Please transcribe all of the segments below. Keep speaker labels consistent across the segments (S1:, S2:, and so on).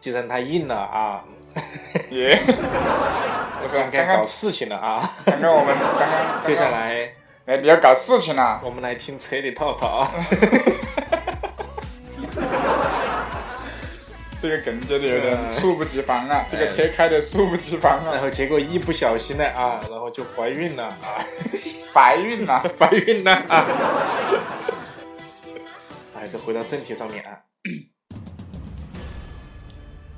S1: 继承太硬了啊，
S2: 耶！就
S1: 刚刚
S2: 是刚
S1: 搞
S2: 刚
S1: 事情了啊。
S2: 刚刚我们刚刚
S1: 接下，来
S2: 刚刚哎，你要搞事情了，
S1: 我们来听车里套套 啊，
S2: 这个梗真的有
S1: 嗯
S2: 点猝不及防啊，这个车开的猝不及防
S1: 然
S2: 啊，
S1: 后结果一不小心呢啊，然后就怀孕 了啊，
S2: 怀孕了。
S1: 怀孕了啊。还是回到正题上面啊，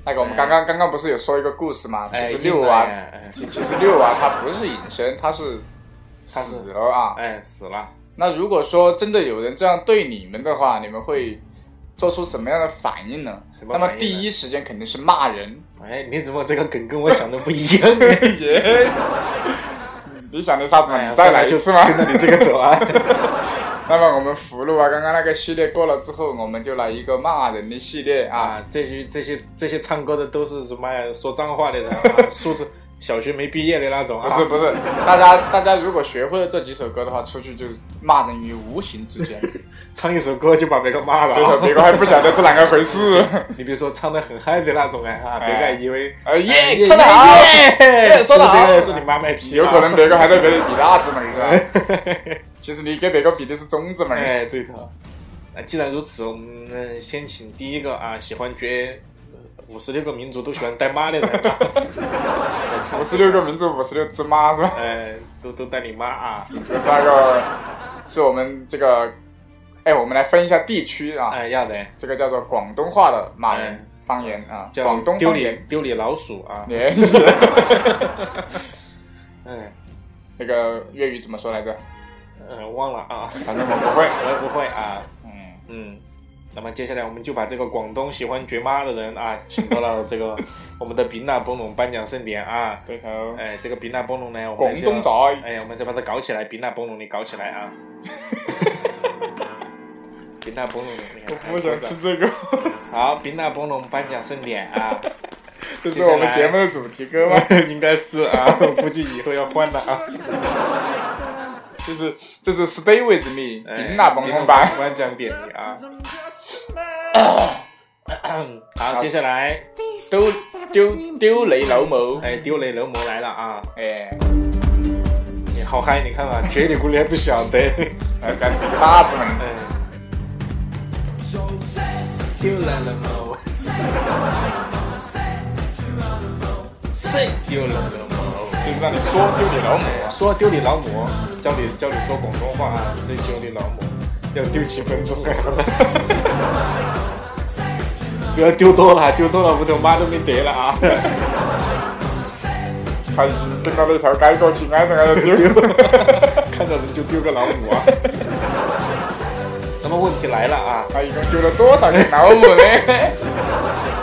S2: 那个我们刚刚刚刚不是有说一个故事吗？其
S1: 哎，
S2: 实六啊娃，
S1: 哎哎
S2: 其其实六娃它不是隐身，它是
S1: 它是
S2: 死了啊。
S1: 哎死了，
S2: 那如果说真的有人这样对你们的话，你们会做出什么样的反应呢？
S1: 什么
S2: 那么
S1: 反应呢
S2: 第一时间肯定是 骂人。
S1: 哎，你怎么这个梗跟我想的不一样呢？
S2: 耶，你想的啥子
S1: 哎
S2: 嘛？
S1: 呀
S2: 你 再来一次嘛。
S1: 跟着你这个走啊！
S2: 那么我们福禄啊，刚刚那个系列过了之后，我们就来一个骂人的系列啊。
S1: 啊，这些这些这些唱歌的都是什么呀？说脏话的人啊，素质小学没毕业的那种
S2: 不
S1: 啊，
S2: 是不是，大家大家如果学会了这几首歌的话，出去就骂人于无形 之间，
S1: 唱一首歌就把别个骂了
S2: 对的，
S1: 啊。
S2: 别个还不晓得是哪个 回事。
S1: 你比如说唱的很嗨的那种哎啊，别个还以为
S2: 哎
S1: 哎
S2: 耶，唱得好，
S1: 耶
S2: 说得好
S1: 其实别个也说你妈卖批啊，
S2: 有可能别个还在别人比辣子门儿是吧？其实你给别个比的是中子 门儿。
S1: 哎，对头。那既然如此，我们嗯先请第一个啊，喜欢绝五十六个民族都喜欢带妈的人啊，
S2: 五十六个民族，五十六只妈是吧？
S1: 哎，都都带你妈啊，
S2: 这个那个是我们这个，哎，我们来分一下地区啊，
S1: 哎，要得，
S2: 这个叫做广东话的骂
S1: 哎
S2: 人方言啊，
S1: 叫
S2: 广东
S1: 丢
S2: 方
S1: 脸
S2: 言。
S1: 丢脸老鼠啊，
S2: 耶，
S1: 嗯
S2: 那个粤语怎么说来着？
S1: 嗯，忘了啊，
S2: 反正我不会。
S1: 我也不会啊，
S2: 嗯，
S1: 嗯。那么接下来我们就把这个广东喜欢绝妈的人啊，请到了这个我们的丙纳崩龙颁奖盛典啊，
S2: 对头。
S1: 哎，这个丙纳崩龙呢，我们
S2: 广
S1: 还是要
S2: 东啊仔，
S1: 哎呀，我们再把它搞起来，比那崩龙你搞起来 啊！比那崩龙，你
S2: 哎我
S1: 看哎
S2: 不想吃这个，
S1: 好，比那崩龙颁奖盛典啊，
S2: 这是我们节目的主题歌吗？
S1: 应该是 啊，我估计以后要换了啊。
S2: 就是这是 Stay with me，
S1: 哎
S2: 顶哪蹦蹦吧。
S1: 颁奖典礼啊！好，接下来，
S2: 都丢丢雷老母。
S1: 哎，丢雷楼魔来了啊！
S2: 哎，
S1: 你好嗨，你看吧，绝你姑娘不晓得。
S2: 来哎干大子们，
S1: 哎丢来了猫，谁丢来了猫？
S2: 就是让你说丢你老母啊。
S1: 说丢你老母，教你教你说广东话啊，谁丢你老母？要丢几分钟啊？ 不要丢多了，丢多了我头妈都没得了啊！
S2: 他已经跟到那条街过去，啊挨着挨着丢。
S1: 看到人就丢个老母啊！那么问题来了啊，
S2: 他一共丢了多少个老母呢？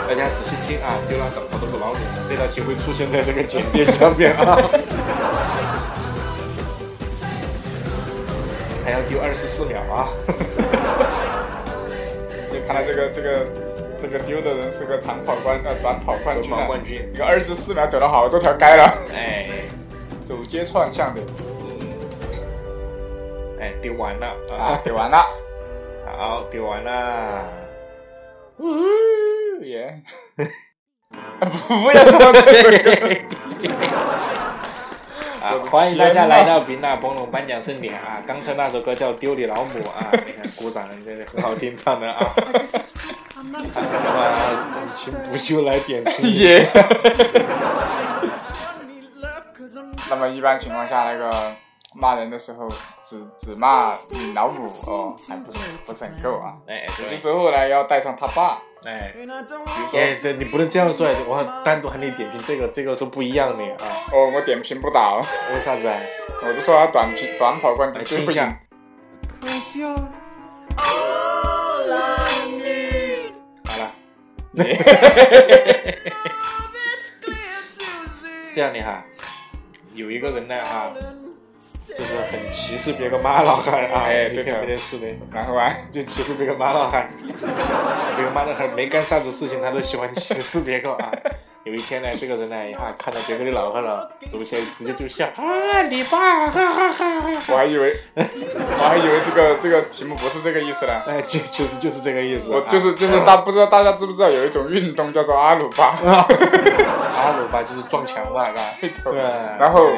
S1: 大家仔细听啊，丢了好多个老母，这道题会出现在这个简介下面啊。 还要丢二十四秒啊！
S2: 就看来这个这个这个丢的人是个长跑冠呃短跑冠军、
S1: 短
S2: 啊，
S1: 跑冠军
S2: 一个二十四秒走了好多条街了，
S1: 哎，
S2: 走街串巷的
S1: 哎，丢完了
S2: 啊
S1: 啊，！
S2: 给完了。
S1: 好，丢完了。
S2: 呜 耶！不要说这个。
S1: 啊
S2: 我的，
S1: 欢迎大家
S2: 天呐
S1: 来到宾纳崩龙颁奖盛典啊！刚才那首歌叫《丢你老母》啊，你看鼓掌，真的很好听，唱的 啊。啊，请不秀来点 评。
S2: 耶。那么一般情况下，那个骂人的时候，只只骂你老母哦，还不是不是很够啊。
S1: 哎，
S2: 有的
S1: 对，
S2: 时候呢，要带上他爸。
S1: 哎，
S2: 比如说，
S1: 哎，对你不能这样说，我还单独还没点评这个，这个是不一样的啊。
S2: 哦，我点评不到，
S1: 为啥子啊？
S2: 我就说他短平短跑冠
S1: 来听
S2: 军最
S1: 一
S2: 不
S1: 下
S2: 行。。
S1: 好了，哎是 这
S3: 这样
S1: 样的哈，有一个人呢哈，就是很歧视别个妈老汉啊，
S2: 哎
S1: 你
S2: 对
S1: 看
S2: 头
S1: 没得事的。
S2: 然后啊，
S1: 就歧视别个妈老汉，别个妈老汉没干啥子事情，他都喜欢歧视别个啊。有一天呢，这个人呢一下看到杰哥的老汉了，走起来直接就笑啊，你爸，哈哈哈哈！
S2: 我还以 为，我还以为这个这个题目不是这个意思呢。
S1: 哎，就其实就是这个意思。啊
S2: 我就是就是大不知道大家知不知道有一种运动叫做阿鲁巴，
S1: 阿鲁巴就是撞墙嘛，是吧？
S2: 对。然后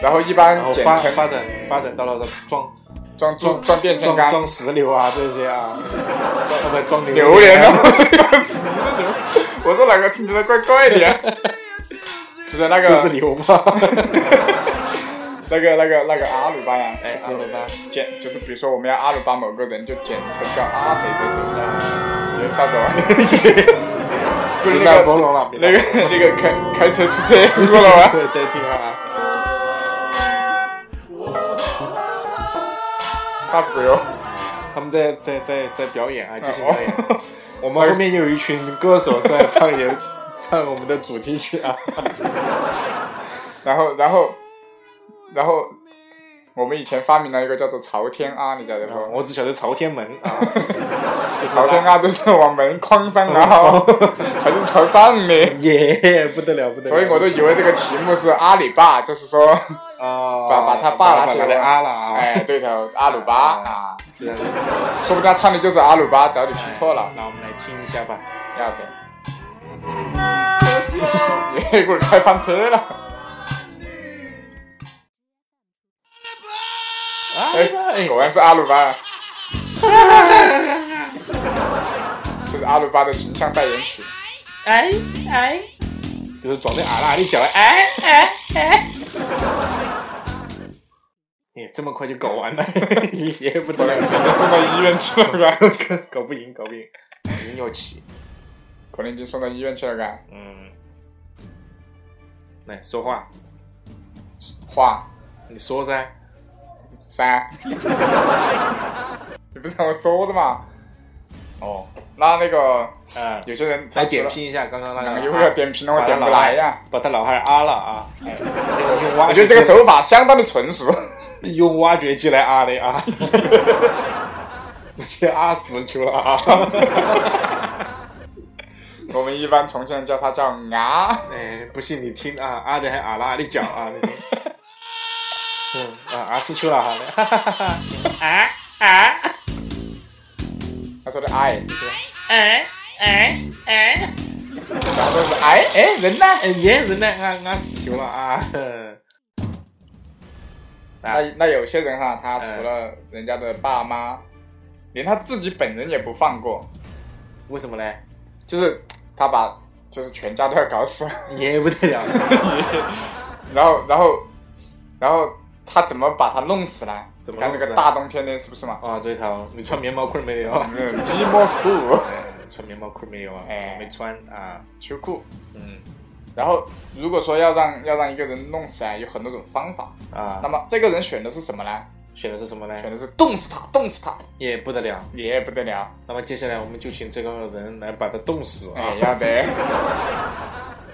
S2: 然后一般
S1: 然后
S2: 简
S1: 发
S2: 称
S1: 发展发展到了撞
S2: 装装
S1: 撞
S2: 装电线
S1: 撞
S2: 杆、
S1: 撞石榴啊这些 啊，要不然撞
S2: 榴
S1: 榴
S2: 莲
S1: 啊。
S2: 哦， 我说哪个听起来怪怪的呀？不 是那个
S1: 啊就是牛吧？
S2: 那个那个那个阿鲁巴呀，
S1: 哎
S2: 就是
S1: 阿鲁巴
S2: 简就是比如说我们要阿鲁巴某个人，就简称叫阿谁谁谁的，有 啥子玩意？就是
S1: 明
S2: 那
S1: 白
S2: 个
S1: 包容了，明白
S2: 那个那个开开车出车祸了 吗？
S1: 对，再听啊，
S2: 啥子鬼哦？
S1: 他们在在在在表演啊，即兴表演。
S2: 哦，
S1: 我们后面有一群歌手在唱演 唱我们的主题曲啊。
S2: 然后然后然后我们以前发明了一个叫做朝天阿，你晓得不？
S1: 我只晓得朝天门啊， 就是
S2: 朝天
S1: 啊，
S2: 阿 就是往门框上啊，
S1: 哦
S2: 还是朝上的。
S1: 耶，不得了不得了。
S2: 所以我都以为这个题目是阿里爸，就是说
S1: 啊，
S2: 把把他爸拿起
S1: 把
S2: 来
S1: 来啊了啊，
S2: 哦哎，对头，阿鲁巴 啊，
S1: 既然如此，
S2: 说不定他唱的就是阿鲁巴，只要你听错了，
S1: 那我们来听一下吧。
S2: 要不， 一会儿开翻车了。
S1: 哎
S2: 哎，果然是阿鲁巴， 这是阿鲁巴的形象代言曲。
S1: 哎哎，就是撞在阿拉的脚，哎哎哎。哎，这么快就搞完了， 也不得
S2: 果然
S1: 了，
S2: 直接送到医院去了，嘎，
S1: 搞不赢，搞不赢，哎赢要起。
S2: 可能已经送到医院去了，嘎。
S1: 嗯，来说话，
S2: 话
S1: 你说噻。
S2: 三， 你不是让我说的吗？哦，那那个
S1: 啊，
S2: 有些人他
S1: 来
S2: 除
S1: 点
S2: 了，
S1: 评一下刚刚那
S2: 啊
S1: 个，
S2: 一会儿要点评了，我点不来呀。
S1: 把他脑海啊了啊！哎用挖
S2: 我
S1: 掘
S2: 觉得这 个手法相当的纯熟。
S1: 机用挖掘机来啊的啊， 直接啊死去了啊！
S2: 我们一般重庆人叫它叫啊，
S1: 哎，不信你听啊，啊的还啊啦的脚啊， 那个，嗯啊啊死去了哈，哈哈哈哈 啊啊
S2: 他说的哎，
S1: 哎哎哎
S2: 然后是哎哎人呢？
S1: 哎，耶人呢啊啊死去了啊！ 哼啊
S2: 那那有些人哈，他除了人家的爸妈，
S1: 嗯
S2: 连他自己本人也不放过，
S1: 为什么呢？
S2: 就是他把就是全家都要搞死，
S1: 也不得了，
S2: 然后然后然后他怎么把他弄死呢？
S1: 怎么
S2: 你看
S1: 弄
S2: 这
S1: 死
S2: 个
S1: 啊
S2: 大冬天的，是不是嘛？
S1: 啊，对头，你穿棉毛裤没有？
S2: 嗯，一摸裤，
S1: 穿棉毛裤没有啊？
S2: 哎
S1: 我没穿啊。
S2: 秋裤。
S1: 嗯
S2: 然后如果说要让要让一个人弄死啊，有很多种方法。那
S1: 啊，
S2: 么这个人选的是什么呢？
S1: 选的是什么
S2: 选
S1: 呢？
S2: 的是冻死他，冻死他，
S1: 也不得了。
S2: 也不得了，
S1: 那么接下来我们就请这个人来把他冻死啊
S2: 哎，！要得。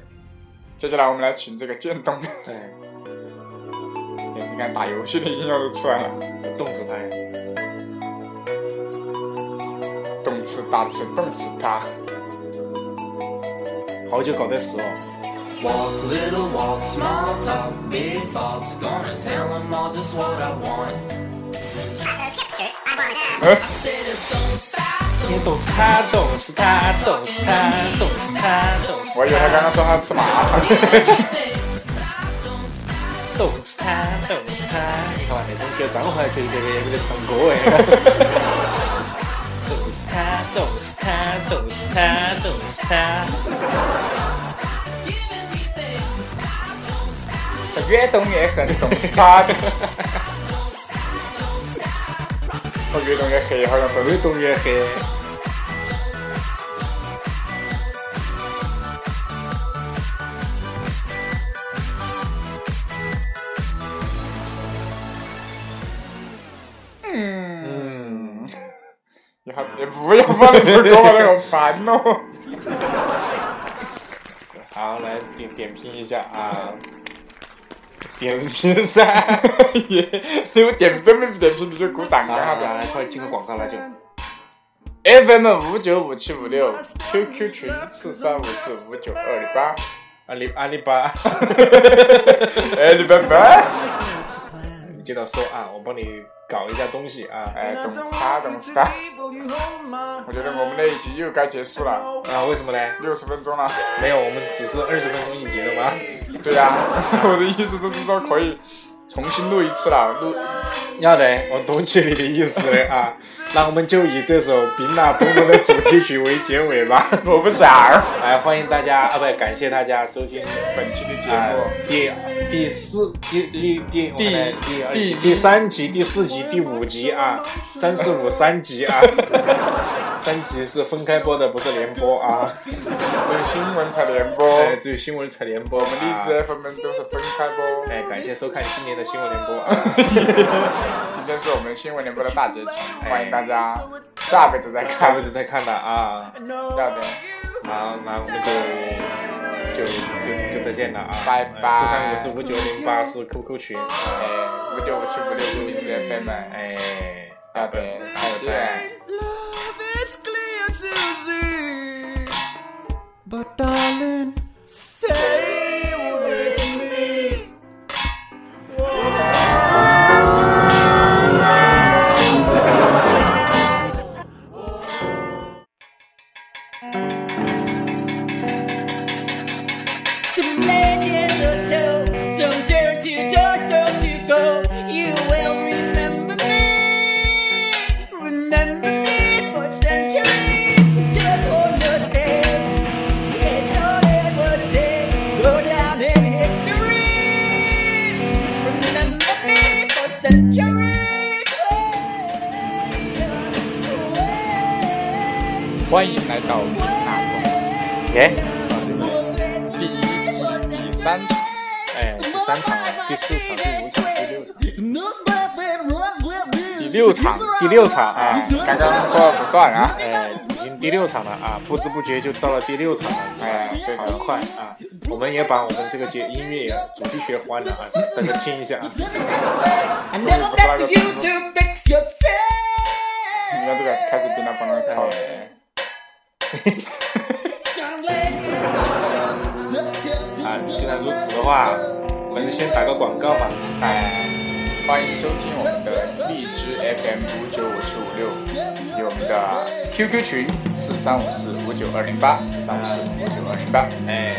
S2: 接下来我们来请这个渐冻，
S1: 哎，
S2: 你看打游戏的应用都出来了，
S1: 冻死他呀！
S2: 冻死他，吃冻死他。
S1: 好久搞得死哦。
S3: Walk, little walk, small talk, big thoughts. Gonna tell them all just what I want.
S4: Fuck those hipsters. I wanna dance.
S1: 冻死他，冻死他，冻死他，冻死他，冻死
S2: 我以为他刚刚说他吃麻辣烫，
S1: 冻死他，冻死他。啊你看嘛，那种叫张怀哲这个也没得唱歌哎。冻死他，冻死他，冻死他，冻死他。
S2: 他越冻越狠，冻死他。我越冻越黑，好像说
S1: 越冻越黑。嗯，
S2: 你还你不要放这首歌吧，那好烦哦。
S1: 好，来点点评一下啊，点评噻，
S2: 你们点评都没点评，你就鼓掌
S1: 好
S2: 干啥
S1: 来
S2: 子
S1: 来快进个广告来就，
S2: ？FM 五九五七五六，QQ 群四三五四五九二零八。
S1: 阿里阿里 巴，
S2: 哎，你拜拜。
S1: 你接着说啊，我帮你搞一下东西啊。
S2: 哎，懂他，懂他。我觉得我们那一集又该结束了，
S1: 啊，为什么呢？
S2: 六十分钟了。
S1: 没有，我们只是二十分钟一节的吗？
S2: 对呀、 我的意思就是说可以重新录一次了，录
S1: 要的，我懂起你的意思了啊。那我们就以这首《冰娜蹦蹦》的主题曲为结尾吧。
S2: 我不想儿。
S1: 来，欢迎大家啊，不，感谢大家收听
S2: 本期的节
S1: 啊
S2: 目，
S1: 第第四第第第我们来第
S2: 第
S1: 第三集、第四集、第五集啊，三四五三集啊，三集是分开播的，不是连播啊。
S2: 只有新闻才联播，
S1: 哎，
S2: 我
S1: 只有新闻才联播，我
S2: 哦们荔枝 FM 都是分开播。
S1: 哎，感谢收看今年的新闻联播啊！
S2: 今天是我们新闻联播的大结局，欢迎大家下辈子
S1: 下
S2: 再看
S1: 辈。子再看吧啊！
S2: 要的，
S1: 好，那我们就就就就再见了啊！
S2: 拜拜
S1: 四三五四五九零八是 QQ 群，
S2: 哎，五九五七五六是荔枝 FM，哎
S1: 哎，
S2: 要的，再见。
S5: Love, it's clear to see. But darling, stay with me. Some legends are told, some dirty doors don't you go. You will remember me, remember me for centuries. Just understand, it's all it will take. Go down in history, remember me for centuries. Way,
S2: 欢迎来到云南
S5: way,
S1: 耶！
S2: 第一集第三场，
S1: 哎，第三场、第四场、第五场、第六场，
S2: 第
S1: 第
S2: 六场，
S1: 六场
S2: 哎
S1: 啊，，
S2: 刚刚说了不算啊，
S1: 哎，已经第六场了啊，不知不觉就到了第六场了，
S2: 哎，对
S1: 好
S2: 的，
S1: 快啊！我们也把我们这个节音乐主题学换了啊，大家听一下啊。
S5: I never left you to fix yourself.
S2: 你看这个开始变得不能靠了，
S1: 啊，既然如此的话，我们先打个广告吧。
S2: 哎，欢迎收听我们的荔枝 FM 五九五七五六以及我们的 QQ 群四三五四五九二零八四三五四五九二零八，
S1: 哎，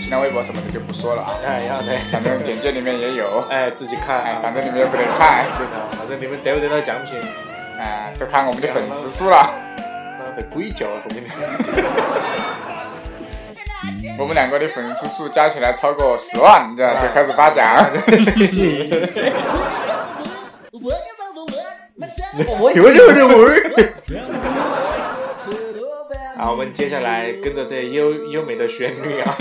S2: 新浪微博什么的就不说了啊，
S1: 哎，要的，
S2: 反正简介里面也有，
S1: 哎，自己看
S2: 哎，
S1: 啊。
S2: 反正你们也不能看，
S1: 对的，反正你们得不得到奖品，
S2: 哎，都看我们的粉丝数了，
S1: 妈的鬼叫啊！我跟你讲，
S2: 我们两个的粉丝数加起来超过十万，这样就开始发奖。
S1: 有肉肉味。啊，我们接下来跟着这优优美的旋律啊，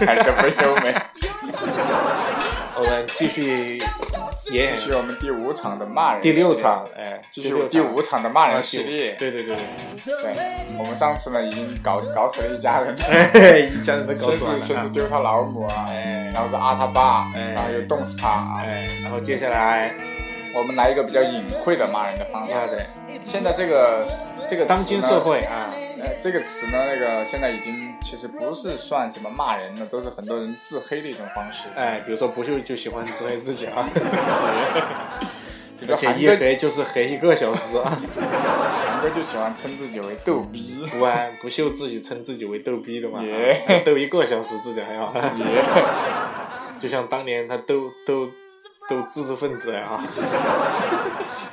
S2: 还是哎不优美。
S1: 我们继 续
S2: 继
S1: 演
S2: 续我们第五场的骂人系
S1: 第
S2: 列，
S1: 六场，哎，
S2: 继
S1: 第
S2: 续
S1: 六
S2: 第
S1: 场
S2: 五场的骂
S1: 啊第
S2: 人系
S1: 五
S2: 列。
S1: 对对对 对，
S2: 对，我们上次呢已经搞搞死了一家人，
S1: 哎， 一家人都搞
S2: 先
S1: 死完
S2: 是先是
S1: 了。
S2: 丢他老母啊，
S1: 哎
S2: 然后是阿他爸，
S1: 哎
S2: 然后又冻死他啊。
S1: 哎，然后接下来，
S2: 我们来一个比较隐晦的骂人的方
S1: 啊
S2: 法。
S1: 对，
S2: 现在这个这个词呢
S1: 当今社会啊，
S2: 呃，这个词呢，那个现在已经其实不是算什么骂人了，都是很多人自黑的一种方式。
S1: 哎，比如说不秀就喜欢自黑自己啊，
S2: 比如
S1: 而
S2: 说
S1: 且
S2: 韩
S1: 一
S2: 哥，
S1: 黑 就是黑一个小时啊。
S2: 韩哥就喜欢称自己为逗逼。
S1: 不安不秀自己称自己为逗逼的嘛，
S2: 耶
S1: 还逗一个小时自己还好，
S2: 耶，
S1: 就像当年他逗逗逗知识分子啊，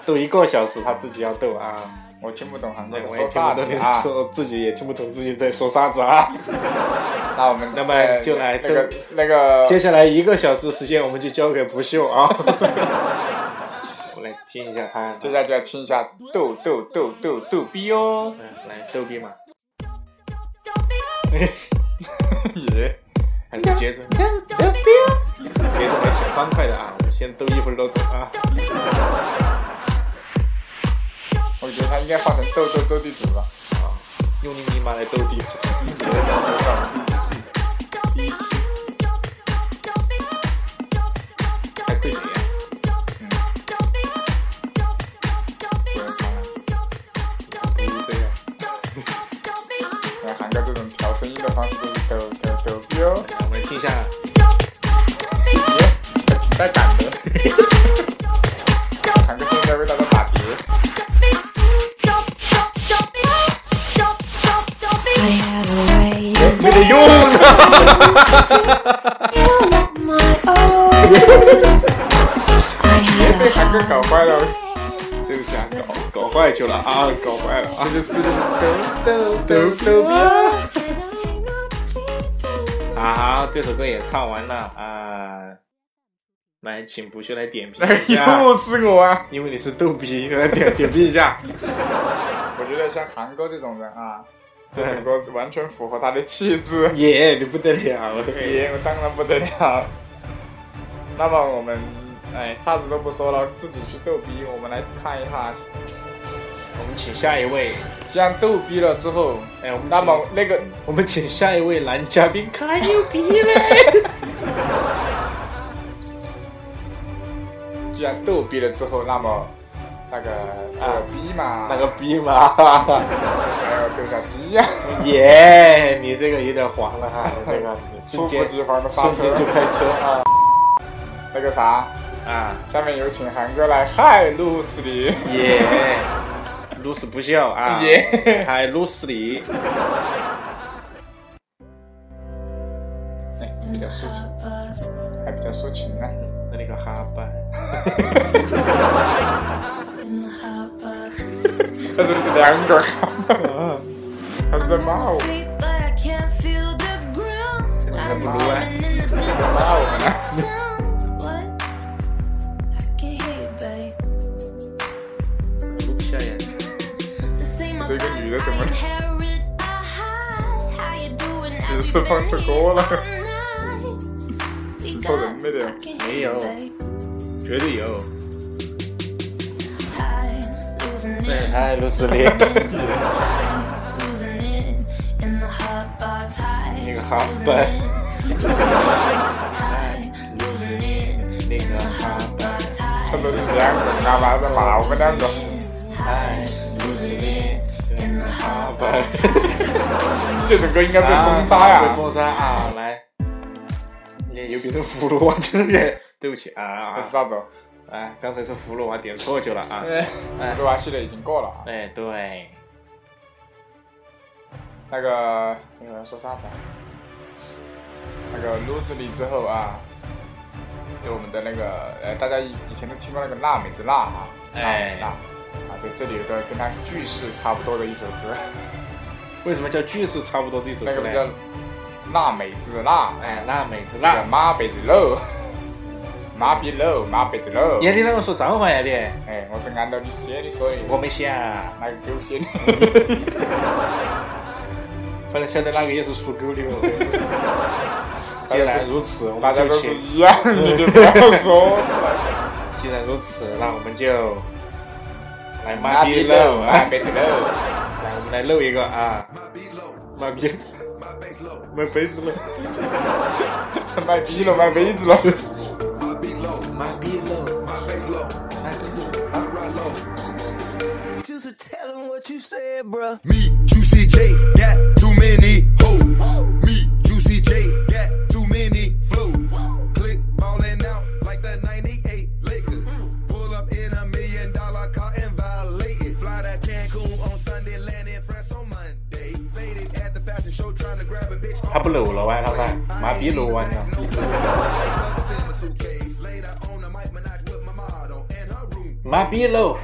S1: 逗一个小时他自己要逗啊，
S2: 我听不懂韩哥
S1: 那
S2: 的
S1: 我也
S2: 说
S1: 听
S2: 法
S1: 不懂
S2: 的
S1: 你
S2: 啊。
S1: 说自己也听不懂自己在说啥子啊。
S2: 那我们
S1: 那么
S2: 呃
S1: 就来
S2: 那个
S1: 都
S2: 那个
S1: 接下来一个小时时间我们就交给不秀啊，我来听一下他，
S2: 接下来就要听一下逗逗逗逗逗逼哦。
S1: 嗯来逗逼嘛，
S2: 耶，
S1: 还是接着节奏还挺欢快的啊，我们先逗一分多钟啊，
S2: 我觉得他应该换成逗逗斗地主了。
S1: 用力密码来逗地。还对你。不是这样，
S2: 呃韩哥这种调声音的方式就是逗逗逗逼哦。
S1: 我们听一下，
S2: 在赶的，喊个现在为大家打碟。没得用啊！被韩哥搞坏了，对不起啊，搞搞坏去了啊，搞坏了啊！这这这这逗逗逗
S1: 啊好，这首歌也唱完了啊，来，请不屑来点评一
S2: 逼！
S1: 下，
S2: 又是我啊！
S1: 因为你是逗逼，来点 点评一下。
S2: 我觉得像韩哥这种人啊，这首歌完全符合他的气质。
S1: 耶，你不得了！
S2: 耶，我当然不得了。那么我们哎，啥子都不说了，自己去逗逼。我们来看一下，
S1: 我们请下一位，
S2: 这样逗逼了之后，
S1: 哎，我们
S2: 那么那个
S1: 我们请下一位男嘉宾开牛逼嘞！
S2: 既然逗逼了之后，那么那个那个逼嘛，
S1: 啊
S2: 哎
S1: 那个逼嘛，
S2: 还要逗下鸡呀，
S1: 耶，你这个有点黄了 哈，那个你 瞬
S2: 猝
S1: 间
S2: 不及防的刹
S1: 瞬
S2: 车
S1: 间，就开车啊
S2: 那个啥，
S1: 啊！
S2: 下面有请韩哥来嗨露死你，
S1: 耶，露死不笑啊！
S2: 耶
S1: 还露死你！
S2: 哎，比较抒情，还比较抒情呢。
S1: 那你个哈巴，
S2: 这真是两个哈，他是在骂我，骂我们呢。
S1: 露不下眼。
S2: 这个女的怎么
S6: 只是放错歌了？挺
S2: 凑
S6: 凑
S2: 人
S6: 人
S2: 的
S6: 的
S2: 点
S6: 点，
S1: 没有绝对有。
S6: 对
S1: 嗨，露丝你，
S6: 那
S1: 个哈拜
S6: 个哈拜，
S1: 那个哈巴，
S2: 他都是两个哈巴在骂我们两个，
S1: 嗨，露丝你，那个哈巴，
S2: 这首歌应该被封杀呀、
S1: 被封杀啊！来，你有别人俘虏我，真的，对不起啊
S2: 那
S1: 啊
S2: 是！啥子？
S1: 哎，刚才是俘虏我点错 去了啊！
S2: 哎，录完系列已经过了啊。
S1: 哎，对，
S2: 那个，那个说啥子啊？那个录制里之后啊，有我们的那个，呃，大家以以前都听过那个辣妹子辣哈，
S1: 哎
S2: 辣，啊，这这里有个跟它句式差不多的一首歌，
S1: 为什么叫句式差不多的一首
S2: 那
S1: 歌
S2: 个不
S1: 呢？
S2: 叫辣妹子的辣，
S1: 哎，辣妹子
S2: 那个
S1: 辣，
S2: 马背子肉，马背肉，马背子肉。
S1: 你还听到我说脏话呀你？
S2: 哎，我是按照你写的说的，
S1: 我没想，
S2: 哪个狗 写的？
S1: 反正晓 得哪个也是属狗的哦。 既然如此，我
S2: 大
S1: 们
S2: 家
S1: 就
S2: 都是
S1: 请。
S2: 一样，你就不要说出来。
S1: 既然如此，那我们就来
S2: 马
S1: 马逼
S2: 背
S1: 漏
S2: 肉，
S1: 啊
S2: 马！背子肉。
S1: 来，我们来漏一个啊！马逼，马杯子漏，
S2: 卖逼了，卖杯子了。
S1: 马逼漏，马杯子漏，
S7: Me, Juicy J, got too many hoes. Me, Juicy J, got too many flows. Click ballin' out like the 98 Lakers. Pull up in a million dollar car and violate it. Fly to Cancun on Sunday, land in France on Monday. Faded at the fashion show trying to grab a bitch.
S1: 他不漏了哇，他看马逼漏完了。
S7: Later on, I might manage with my model and her room.
S1: 马逼漏，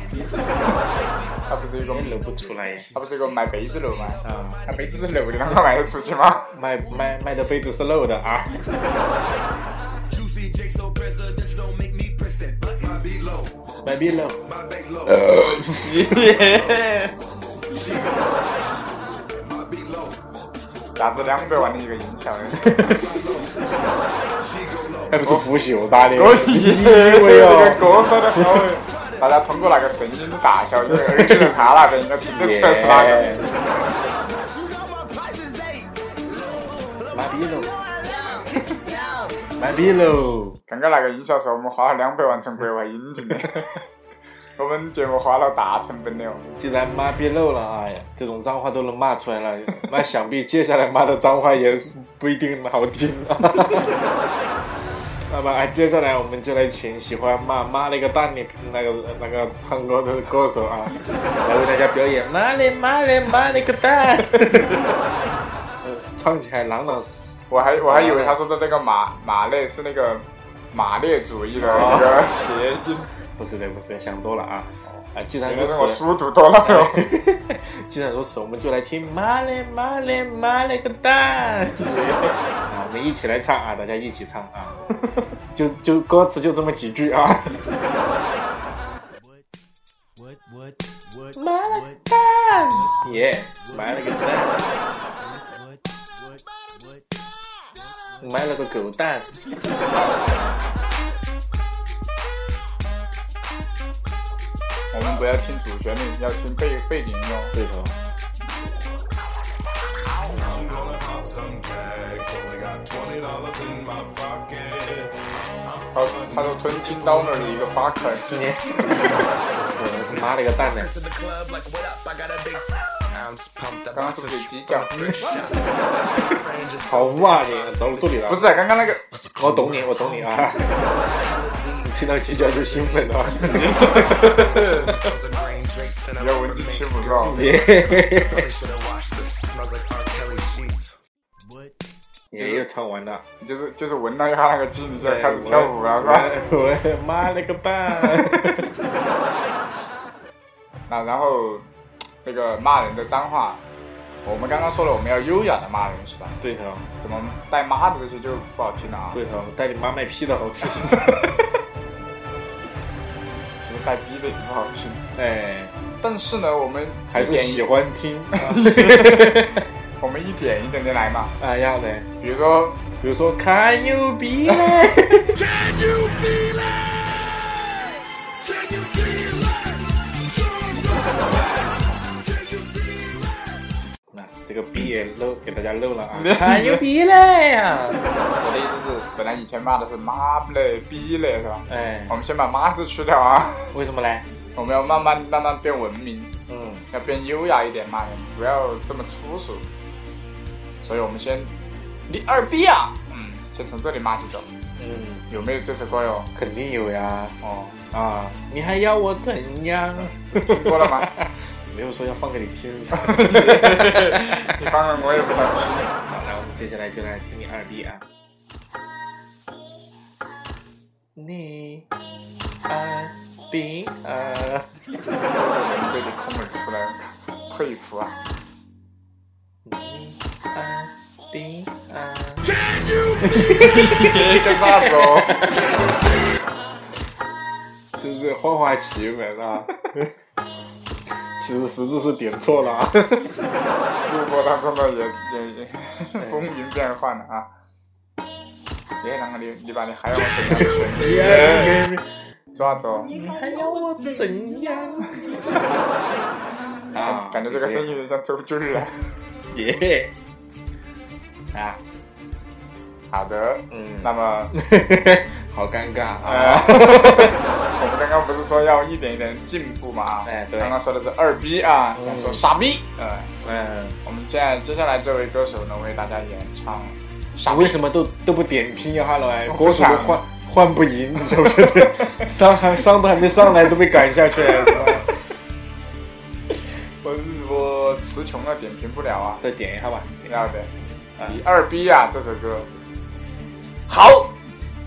S2: 他不是一个，
S1: 漏不出来呀！
S2: 他不是一个卖杯子楼吗？
S1: 啊，
S2: 他杯子是楼的，啷个卖得出去吗？
S1: 卖卖卖的杯子是漏的 啊！
S7: Juicy J, so presidential, don't make me press that button. My beat low,
S1: 马逼 漏，
S7: my bass low.
S2: 啥子两百万的一个音效？
S1: 还不是不朽打的？
S2: 以为
S1: 哦
S2: 这个歌说的好。大家通过那个声音的大小，就是耳机在他那边应该听得出来是哪个。
S1: 马逼漏，马逼漏，
S2: 刚刚那个音效是我们花了两百万从国外引进的， 我们节目花了大成本的哦。
S1: 既然 妈逼漏了，哎呀，这种脏话都能骂出来了，那想必接下来骂的脏话也不一定好听啊。 那么，哎，接下来我们就来请喜欢骂骂了个蛋的那个那个唱歌的歌手啊，来为大家表演骂嘞骂嘞骂了个 蛋，呃唱起来朗朗。
S2: 我还我还以为他说的那个马马列是那个马列主义的那个谐音，
S1: 不是的，不是的，想多了啊。啊，既然
S2: 原
S1: 如
S2: 来是我
S1: 此，
S2: 书读多了哦哟。
S1: 既然如此，我们就来听妈嘞妈嘞妈嘞个蛋，就是这个啊，我们一起来唱啊，大家一起唱啊， 就就歌词就这么几句啊。妈了个蛋，耶，妈了个蛋，买了个狗蛋。
S2: 我们不要听主旋律，要听背背景音哦。
S1: 对头。
S2: 他他说吞金刀那儿的一个 fucker，
S1: 我们是妈了个蛋呢，
S2: 刚刚是不是有鸡叫？
S1: 好污啊你，走助理了。
S2: 不是，刚刚那个
S1: 我哦懂你，我懂你啊！你听到鸡叫就兴奋了，
S2: 要闻鸡吃不到。
S1: 耶！也又唱完了，
S2: 你就是就是闻到一下那个鸡，你就开始跳舞啊了 是吧？
S1: 我我妈了个蛋！
S2: 那然后那个骂人的脏话，我们刚刚说了我们要优雅的骂人是吧？
S1: 对头，
S2: 怎么带妈的这些就不好听了啊？
S1: 对头，带你妈卖批的好听。
S2: 其实带逼的也不好听。
S1: 哎，
S2: 但是呢，我们
S1: 还是
S2: 一点一
S1: 喜欢听。
S2: 我们一点一点的来嘛。
S1: 哎呀嘞，
S2: 比如说
S1: 比如说 Can you be？那这个 B 也漏给大家漏了啊！Can you be 嘞呀？
S2: 我的意思是，本来以前骂的是妈嘞、逼嘞，是吧？
S1: 哎
S2: 我，们先把妈字去掉啊，
S1: 为什么嘞？
S2: 我们要慢慢慢慢变文明，
S1: 嗯，
S2: 要变优雅一点骂人，不要这么粗俗。所以我们先，你二逼啊！嗯，先从这里骂起走。
S1: 嗯，
S2: 有没有这首歌哟？
S1: 肯定有呀。
S2: 哦，
S1: 啊，你还要我怎样？
S2: 听过了吗？
S1: 没有说要放给你 听。
S2: 你放了我也不想听。
S1: 好，来，我们接下来就来听你二 B 啊。你二 B 啊，
S2: 被你空耳出来，佩服啊！
S1: 你二 B 啊，
S2: 先骂走。
S1: 这是花花奇闻 啊。其实实质是点错了啊。
S2: 录播当中的也也也风云变幻了啊！别啷个你你把你还要我怎样选？抓走！
S1: 你还要我怎样？啊，
S2: 感觉这个声音有点像周俊了。
S1: 耶 啊，
S2: 好的，
S1: 嗯
S2: 那么
S1: 好尴尬
S2: 呃，
S1: 啊！
S2: 我们刚刚不是说要一点一点进步嘛啊？
S1: 哎对
S2: 刚刚说的是二逼啊，
S1: 嗯
S2: 要说傻逼。呃，
S1: 嗯，
S2: 我们现在接下来这位歌手呢，为大家演唱
S1: 傻为什么都都不点评一下来？
S2: 我不
S1: 国手都
S2: 想
S1: 换换不赢，是不是？ 伤还伤都还没上来，都被赶下去了，是吧？
S2: 我呃我词穷了，点评不了啊。
S1: 再点一下吧。
S2: 要的，
S1: 啊
S2: 你二逼啊这首歌。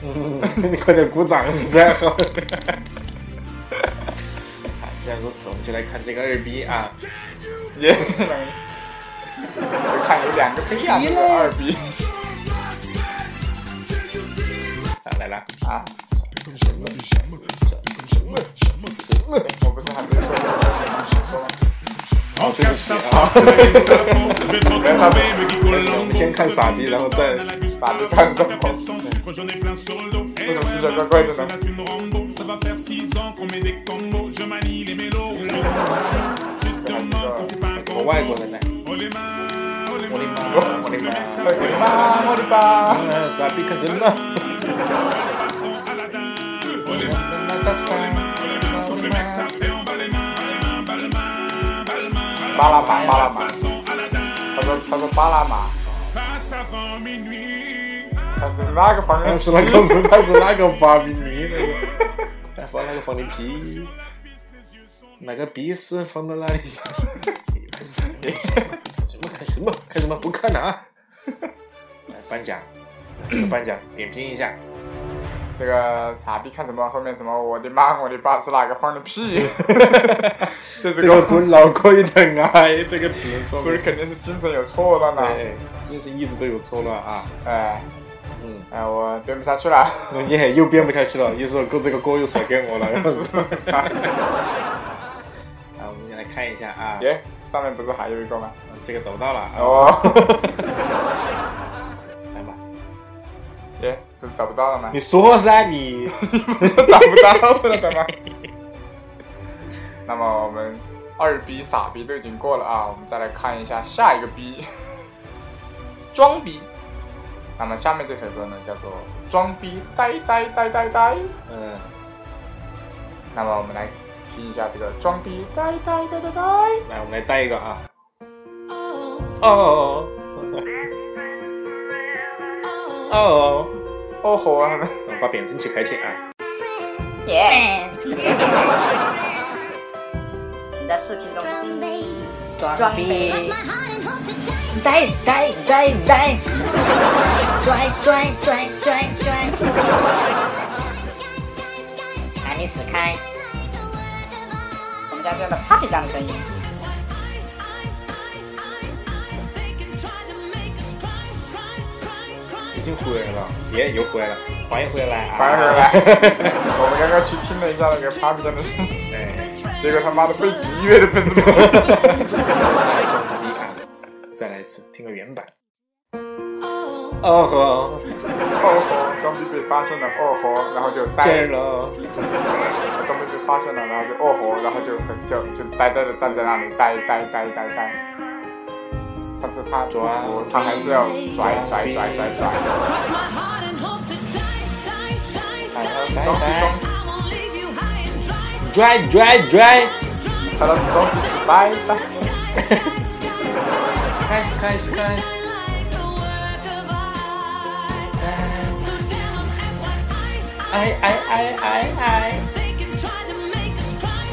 S1: 嗯，你快点鼓掌是 这样好。好，既然如此，我们就来看这个二逼啊。
S2: 耶！我看有两个不一样的二逼
S1: 啊，来了，
S2: 啊！我不是还没说过
S1: 哦，对不起啊，我们先看傻逼，然后再
S2: 傻逼看什么？为什么这首歌怪的呢？
S1: 什么外国人呢？我的妈！我的妈！
S2: 我的妈，我的爸！
S1: 啊，傻逼看什么？
S2: 巴拉马，巴拉马。他说，他说巴拉马，
S8: passe avant minuit.
S2: Às vezes vaga, fala.
S1: Mas será que eu vou lá que eu falo menina? É falando que eu falei que. Naga pizza, falando lá.开始吗？不看了啊！来颁奖，这颁奖点评一下，
S2: 这个傻逼看什么？后面什么？我的妈，我的爸是哪个放的屁？这是
S1: 这个滚老贵等啊！这个只能说
S2: 不是肯定是精神有错乱了呢？
S1: 对，真是一直都有错乱啊！
S2: 哎，
S1: 嗯，
S2: 哎，我编不下去了。
S1: 耶，又编不下去了，一首歌这个锅又甩给 我了。 啊，我们先来看一下啊，
S2: 耶，上面不是还有一个吗？
S1: 这个找到了啊，
S2: 哦，
S1: 来吧，
S2: 耶，不是找不到了吗？
S1: 你说噻你，
S2: 找不到了，怎么？那么我们二逼傻逼都已经过了啊，我们再来看一下下一个逼， 装逼。那么下面这首歌呢，叫做《装逼呆呆呆呆呆》。
S1: 嗯，
S2: 那么我们来听一下这个《装逼呆呆呆呆呆》。
S1: 来我们来带一个啊，
S6: Oh,
S1: 哦哦哦，
S2: 哦吼啊！
S1: 嗯 把扁身器开起啊，
S5: 耶！请在视频中
S6: drum bass.
S5: 装逼，
S6: Cross my heart and hope to die.
S5: 呆呆呆呆，拽拽拽拽拽，喊你死开！我们家这样的 Papi 酱的声音，
S1: 已经回来了，耶，又回来了，欢迎回来啊，
S2: 反正来，我们刚刚去听了一下那个 Papi 酱的声 音，
S1: 哎，
S2: 结果他妈的背景音乐都喷出来了。
S1: 再来装逼啊，再来一次，听个原版。 哦吼，
S2: 哦吼，装逼被发现了，哦吼，然后就呆
S1: 见，了，
S2: 装逼被发现了，然后就哦吼，然后就很就就呆呆的站在那里，呆呆呆呆呆。但是他不服，他还是要拽拽拽拽拽。
S6: Cross my heart and hope to die, die, die,
S2: 哎
S6: die.
S2: 装逼装逼，
S6: I won't leave you high and dry.
S1: 拽拽拽，
S2: 他的装逼是呆呆。
S1: 开始开始开。哎哎哎哎哎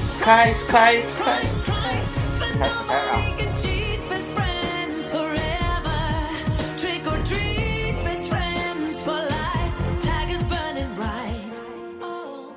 S1: ，sky sky sky，
S2: 开始开啊！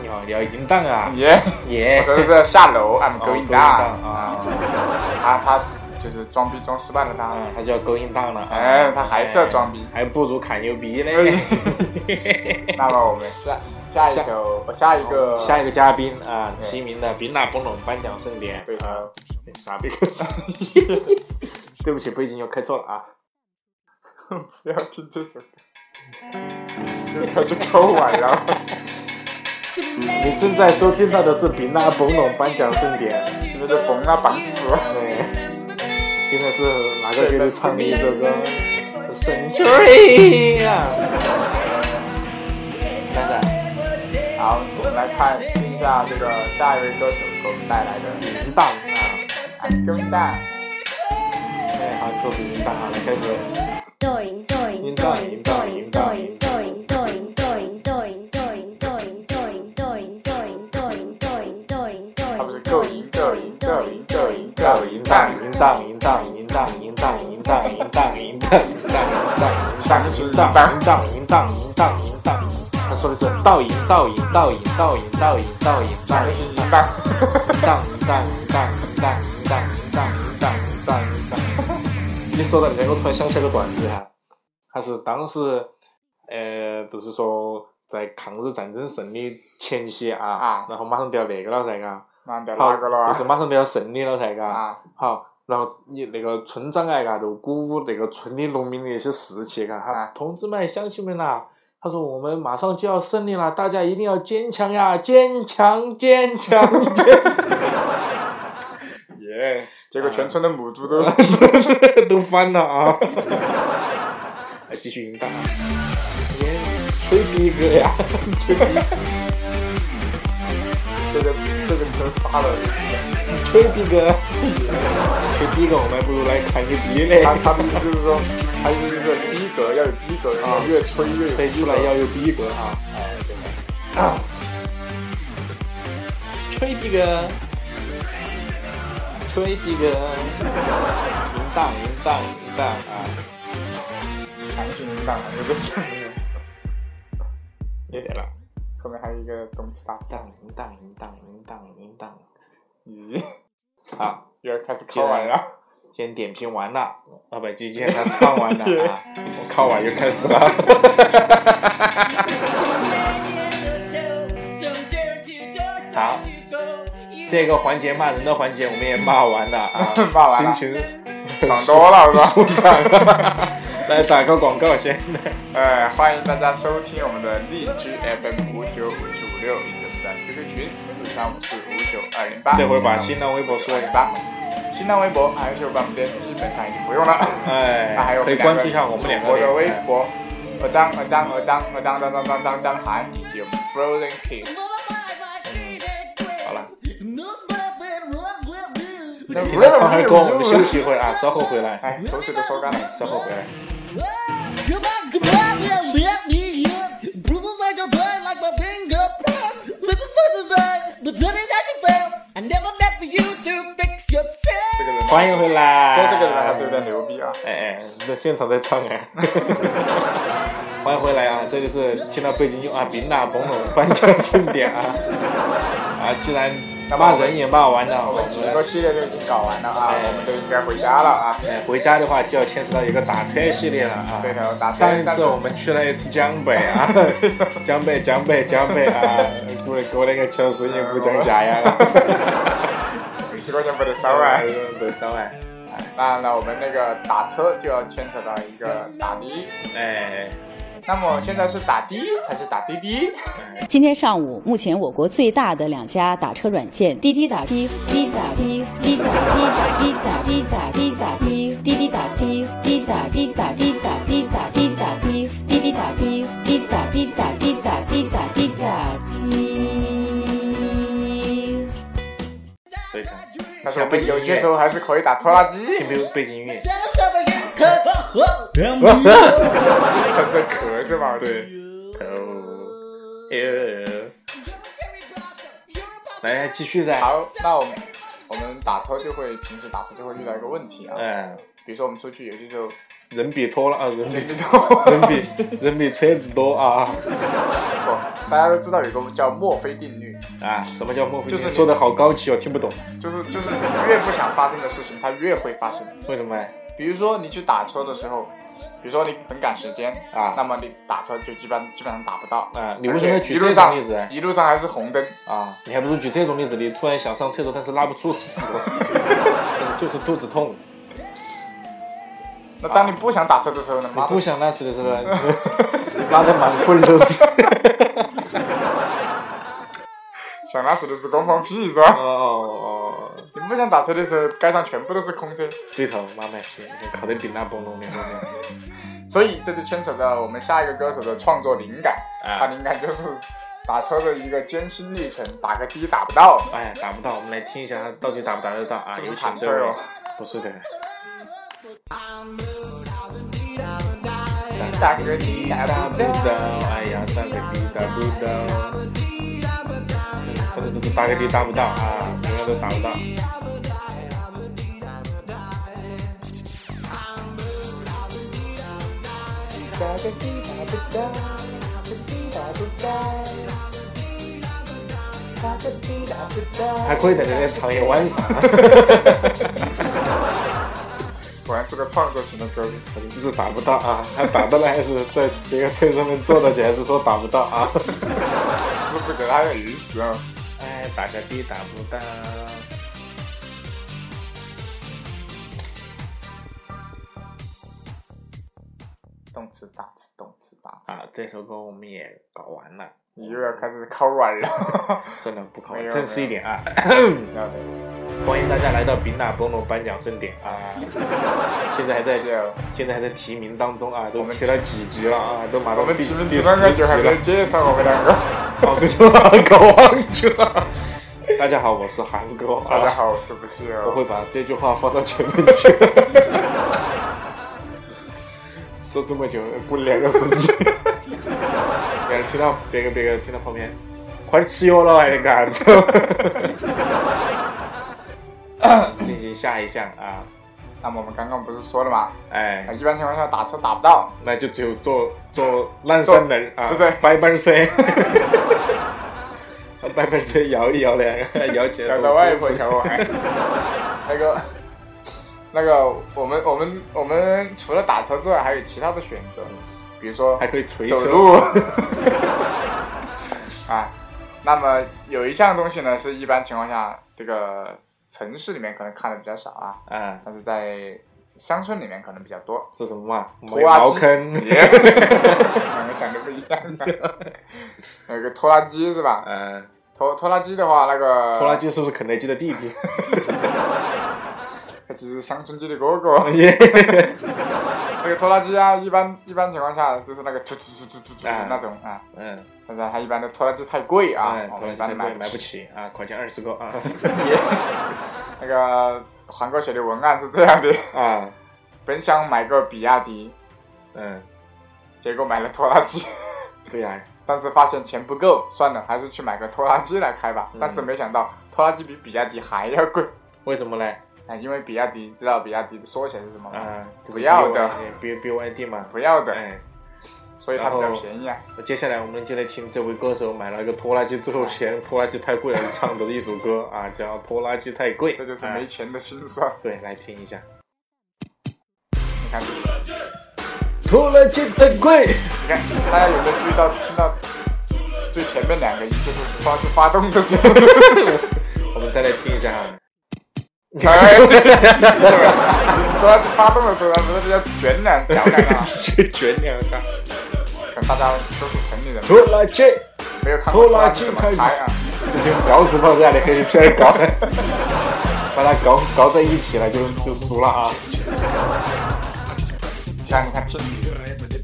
S1: 你好，你要淫荡啊，
S2: 耶、
S1: 耶
S2: 我，说的是要下 楼，I'm
S1: 哦 going
S2: going down，
S1: down，
S2: 啊
S1: 啊，
S2: 他他就是装逼装失败了他，
S1: 啊，他就要勾引荡了啊，
S2: 哎他还是要装逼
S1: 还不如卡牛逼嘞。
S2: 那么我们下下一首，呃下一个，
S1: 下一哎个嘉宾啊，
S2: 对
S1: 提名的《比那不拢颁奖盛典》
S2: 对
S1: 啊，傻逼， 对不起，背景又开错了 啊。
S2: 不 要听这首歌，又开始抠碗了。
S1: 你正在收听到的是《比那不拢颁奖盛典》，
S2: 是不是缝了绑死了？
S1: 对，现在是哪个乐队唱的一首歌？是 Century 啊。等等，
S2: 好，我们来看听一下这个下一位歌手给我们带来的
S1: 淫荡啊，
S2: 《中蛋
S1: 哎，好，说是淫荡啊，来开始。
S6: Doing, doing, doing, doing, doing, doing, doing, doing, doing, doing, doing, doing, doing, doing, doing, doing, doing, doing,
S2: 他不是够淫够淫够淫够淫够
S1: 到
S2: 淫
S1: 淫
S2: 蛋
S1: 荡，淫荡，淫荡，淫荡，淫荡，淫荡，淫荡，淫荡，淫荡，淫荡。
S2: 上是
S1: 荡
S2: 蛋
S1: 淫荡淫荡淫荡淫荡，他说的是倒影倒影倒影倒影倒影倒影倒
S2: 上
S1: 影
S2: 是淫蛋，
S1: 荡淫荡淫荡淫荡淫荡淫荡淫荡淫荡淫荡。一说到你能够突然想起来个段子哈，他是当时呃，就是说在抗日战争胜利前夕啊，
S2: 啊
S1: 然后马上就要那个了噻，嘎，
S2: 那掉
S1: 好
S2: 哪个了
S1: 就是？马上就要胜利了噻，嘎，
S2: 啊
S1: 好，然后你那个村长哎嘎，就鼓舞那个村里农民的一些士气嘎。他
S2: 啊
S1: 同志们、乡亲们呐，他说我们马上就要胜利了，大家一定要坚强呀，坚强，坚强，坚强。 耶、
S2: 结果全村的母猪都
S1: 都翻了啊！来继续淫荡啊！耶吹逼哥呀，吹逼
S2: 这个这个车杀了，
S1: 吹逼哥，吹逼哥，我们还不如来砍个逼嘞！
S2: 他他们就是说，他意思就是说逼格要有逼格，然后越吹越有
S1: 飞
S2: 逼
S1: 出来
S2: 格。
S1: 要有逼格哈！哎，对啊，吹逼哥，吹逼哥，淫荡淫荡淫荡啊！
S2: 强行引导，这个是。
S1: 有点了，
S2: 后面还有一个动词大
S1: 淫
S2: 字，
S1: 荡淫荡淫荡淫荡淫荡，
S2: 咦，
S1: 好。
S2: 又要开始考完了。，
S1: 先点评完了，啊不，今天他唱完了啊，我靠完又开始了。好，这个环节骂人的环节我们也骂完了啊
S2: 骂完了
S1: 心情
S2: 爽多了是吧？
S1: 舒畅了。来打个广告先，
S2: 呃，欢迎大家收听我们的荔枝 FM 五九五七五六，以及我们的 QQ 群四三五四五九二零八。
S1: 这会儿把新浪微博说一
S2: 零
S1: 下，
S2: 八，新浪微博还有九半边，基本上已经不用了。那还
S1: 哎
S2: 有，
S1: 可以关注一下我们两个
S2: 我的微
S1: 脸哎
S2: 博，我张我张我张我张张张张张张涵以及我们 Frozen Kiss。
S1: 好了，
S2: 那
S1: 听他唱会儿歌，我们休息一会儿啊，稍后回来，
S2: 哎，口水都收干了。
S1: 稍后回来。
S5: Come on, come on, yeah, let me in. Bruises like your brain, like my fingerprints. This is such a thing, but tell me that you fail. I never meant for you to fix yourself.
S2: 这个人，
S1: 欢迎回来。
S2: 今天这个人还是有点牛逼啊！
S1: 哎哎，那现场在唱哎。 欢迎回来啊！这里是听到背景音啊，宾娜崩了， 颁奖盛典啊！啊，既然骂人也骂完了，
S2: 我
S1: 我
S2: 们几个
S1: 们
S2: 系列都已经搞完了啊，我们都应该回家了啊。
S1: 哎回家的话就要牵扯到一个打车系列了啊。
S2: 对头打车
S1: 上一次我们去了一次江北啊， 江北江北江北啊，给给我那个乔司也不讲价 呀。
S2: 五十块钱不得收
S1: 三
S2: 啊
S1: 万！， 都三万。
S2: 那那我们那个打车就要牵扯到一个打的，
S1: 哎，
S2: 那么现在是打的还是打滴滴？
S9: 今天上午，目前我国最大的两家打车软件滴滴打的、滴打的、滴打的、滴打的、滴打的、滴打的、滴滴打的、滴打的、滴打的、滴打的、滴打的、滴打的、滴滴打的、滴打的、滴打的、滴打的、滴打的、滴打的。
S1: 对的，
S2: 但是我们有些时候还是可以打拖拉机，
S1: 听背背景音乐。
S2: 这壳是吗？对，
S1: 哦，呃，来继续噻。
S2: 好，那我们我们打车就会平时打车就会遇到一个问题啊，
S1: 嗯，
S2: 比如说我们出去有些时候
S1: 人比多了啊，人比
S2: 人多
S1: 人比人比车子多啊
S2: 不，大家都知道有个叫墨菲定律，
S1: 啊！什么叫墨菲定律？
S2: 就是你
S1: 说的好高级哦，听不懂，
S2: 就是 就是你越不想发生的事情，它越会发生。
S1: 为什么？
S2: 比如说你去打车的时候，比如说你很赶时间
S1: 啊
S2: 那么你打车就基本基本上打不到
S1: 啊你为
S2: 而
S1: 什么
S2: 且
S1: 要举
S2: 一
S1: 这
S2: 路
S1: 种
S2: 上
S1: 例子啊
S2: 一路上还是红灯，
S1: 啊，你还不如举这种例子，你突然想上厕所，但是拉不出屎， 就是肚子痛。
S2: 那当你不想打车的时候呢？
S1: 啊你
S2: 妈的
S1: 不想拉屎的时 候，拉的满裤子都是。
S2: 想拉屎的是光放屁是吧？
S1: 哦哦哦，
S2: 你不想打车的时候，街上全部都是空车，
S1: 对头，妈卖批，你考得顶那崩隆的后面。
S2: 所以这就牵扯到我们下一个歌手的创作灵感。
S1: 啊
S2: 他灵感就是打车的一个艰辛历程，打个的打不到，
S1: 哎，打不到，我们来听一下他到底打不打得到啊？
S2: 这不
S1: 有
S2: 是
S1: 请
S2: 忐忑
S1: 这位
S2: 哦，
S1: 不是的。
S2: 打个的打不
S1: 不
S2: 到。
S1: 到，哎呀，打个的打不到，反正都是打个嗯的打不到啊，永远都打不到。还可以在那里唱一晚上，
S2: 果然是个创作型的歌手。
S1: 就是打不到啊！他打到了，还是在别个车上面坐到去，还是说打不到啊？
S2: 是不得他有意思啊！
S1: 哎哎，打个的打不到。
S2: 动次打次动次打次，
S1: 啊，这首歌我们也搞完了，
S2: 你又要开始烤软了。
S1: 算了，不搞
S2: 没
S1: 了，
S2: 有
S1: 正式一点啊！
S2: 要的
S1: 欢迎大家来到宾纳波诺颁奖盛典啊！
S2: 啊，
S1: 现在还在
S2: 是啊
S1: 现在还在提名当中啊，
S2: 我
S1: 都
S2: 们
S1: 提了几集了啊，都马
S2: 我
S1: 上
S2: 们
S1: 第
S2: 前面
S1: 第十
S2: 前面个
S1: 集
S2: 就还
S1: 了
S2: 没。介绍我们两个。
S1: 哦，对了，搞忘记了。 大家好，我是韩哥。啊
S2: 大家，好，我是不是
S1: 我
S2: 哦？
S1: 会把这句话放到前面去。 说这么久，过两个时期，别人听到别个别个听到旁边，快吃药了还得赶 进行下一项啊，
S2: 那么我们刚刚不是说了吗？
S1: 哎，
S2: 一般情况下打车打不到，
S1: 那就只有做做烂三轮啊，
S2: 不是
S1: 掰掰 车，掰掰车摇一摇两个，摇起来
S2: 要
S1: 多
S2: 到外
S1: 舒服
S2: 婆桥我还那个那个，我们我们我们除了打车之外，还有其他的选择，比如 说
S1: 还可以锤
S2: 走
S1: 车
S2: 路啊。那么有一项东西呢，是一般情况下这个城市里面可能看的比较少啊，
S1: 啊，
S2: 但是在乡村里面可能比较 多。
S1: 是什么啊嘛？
S2: 拖
S1: 没
S2: 拉
S1: 茅
S2: 机，
S1: 坑，
S2: 两个想的不一样。 那个拖拉机是吧？
S1: 嗯，
S2: 拖拖拉机的话，那个
S1: 拖拉机是不是肯德基的弟 弟？
S2: 它其实是乡村鸡的哥哥。那个拖拉机啊，一般一般情况下就是那个突突突突突突
S1: 啊
S2: 那种啊，
S1: 嗯，
S2: 但是它一般的拖拉机太贵啊
S1: 哎，
S2: 我
S1: 拖
S2: 们
S1: 拉
S2: 一
S1: 机太
S2: 般
S1: 贵，
S2: 买
S1: 买不。起啊，块钱二十个 啊
S2: 那个韩哥写的文案是这样的：
S1: 啊，
S2: 本想买个比亚迪，
S1: 嗯，
S2: 结果买了拖拉机，
S1: 对呀，
S2: 但是发现钱不够，算了，还是去买个拖拉机来开吧。
S1: 嗯
S2: 但是没想到拖拉机比比亚迪还要贵，
S1: 为什么呢？
S2: 哎，因为比亚迪知道比亚迪的缩写是什么吗？
S1: 啊，就是
S2: 不要的
S1: B B Y D 嘛，
S2: 不要的，
S1: 哎，
S2: 所以它比较
S1: 然后
S2: 便宜啊。
S1: 那接下来我们就来听这位歌手买了一个拖拉机之后嫌拖拉机太贵而唱的一首歌啊，叫《拖拉机太贵》，
S2: 这就是
S1: 啊
S2: 没钱的心酸。
S1: 对，来听一下。
S2: 你看，你
S1: 拖拉机太贵，
S2: 看，大家有没有注意到听到最前面两个音就是发出发动的时候？
S1: 我们再来听一下 啊。
S2: 哎，就是抓起发动的时候，它不是叫卷两脚两啊？
S1: 去卷两下。
S2: 可能大家都是城里人，
S1: 拖拉机
S2: 没有看过拖拉机怎么
S1: 拖拉
S2: 开
S1: 机
S2: 啊？
S1: 就是用搞死炮这样的可以片搞， 把它搞搞在一起了就就输了啊。
S2: 像你看听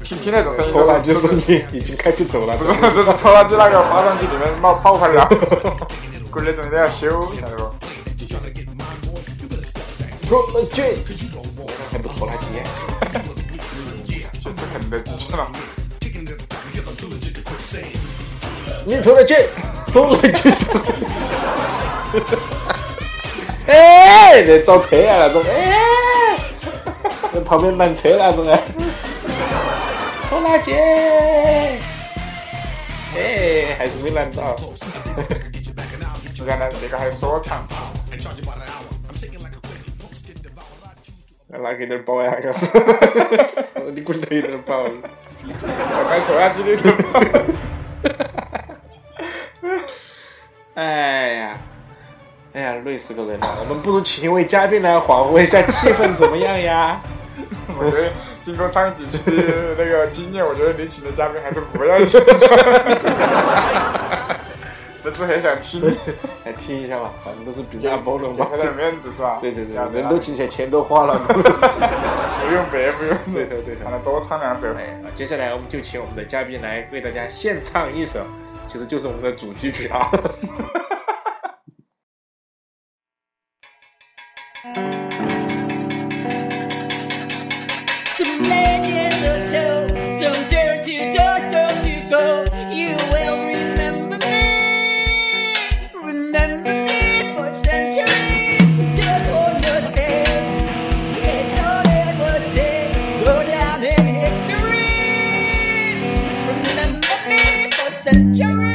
S2: 听听那种声音，
S1: 拖拉机
S2: 就
S1: 声
S2: 是
S1: 音已经开去走了，
S2: 就是拖拉机那个发动机里面冒泡泡了，估计那种都要修，晓得不？
S1: 拖拉机还不拖拉机，
S2: 就是肯德基去了。
S1: 你拖拉机，拖拉机。 哎，这找车啊那种，哎，那旁边拦车那种啊，拖拉机，哎，还是没拦到。
S2: 你看那这个还有说唱，
S1: 拿给点包呀，你滚头一点包。
S2: 我们拖拉机里头。
S1: 哎呀，哎呀，累死个人了！我们不如请一位嘉宾来缓和一下气氛，怎么样呀？
S2: 我觉得经过上几期那个经验，我觉得你请的 嘉宾还是 不要请，不是很想 听，给
S1: 来听一下吧，反正都是比大包了嘛
S2: 他。点面子是吧？
S1: 对对对
S2: 要，这
S1: 人
S2: 样
S1: 都请起来，钱都花 了。
S2: 不用别不用别，
S1: 对头对头
S2: 让他多唱两首。
S1: 哎接下来我们就请我们的嘉宾来为大家献唱一首，其实就是我们的主题曲啊。
S5: Some legends are told, some dirty doors told to go. You will remember me, remember me for centuries. Just understand, it's all it would take. Go down in history, remember me for centuries.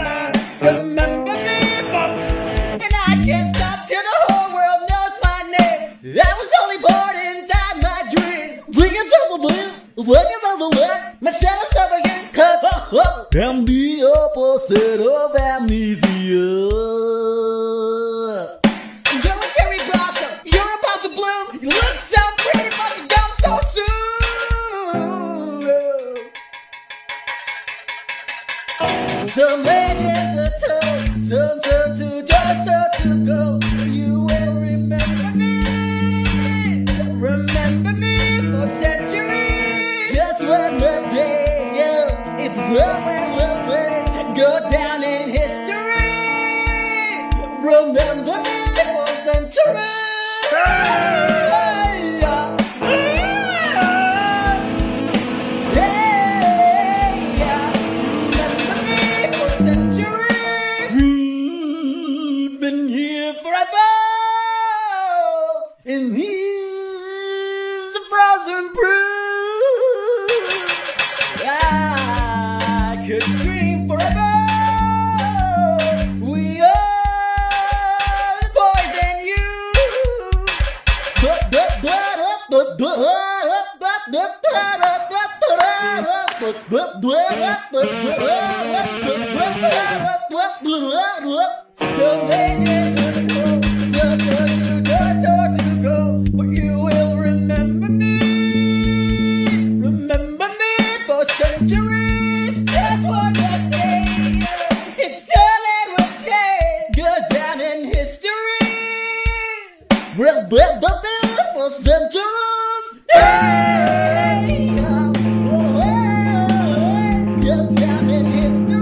S5: Remember me, but and I can't stop till the whole world knows my name. I was only born inside my dream. Bringing to the blue, looking on the left, my shadow's over again. Cause oh, oh, I'm the opposite of amnesia. You're a cherry blossom. You're about to bloom. You look so pretty, but you're gone so soon. Some legends are told, some turn to dust or to gold. You will remember me, remember me for centuries. Just one mistake, yeah, it's always lovely. Go down in history. Remember me for centuries. Yeah. Yeah. Yeah. For centuries, we've been here forever. And he's a frozen proof. I could scream forever. We are the boys and you. But, but, but, but, but, but, but, but, but, but, but, but, but, but, but, but, some legends are told, some are to dust or to gold, but you will remember me. Remember me for centuries. That's what I say. It's all it will take. Go down in history. We'll build the for centuries. oh, Hey, oh, hey, go down in history.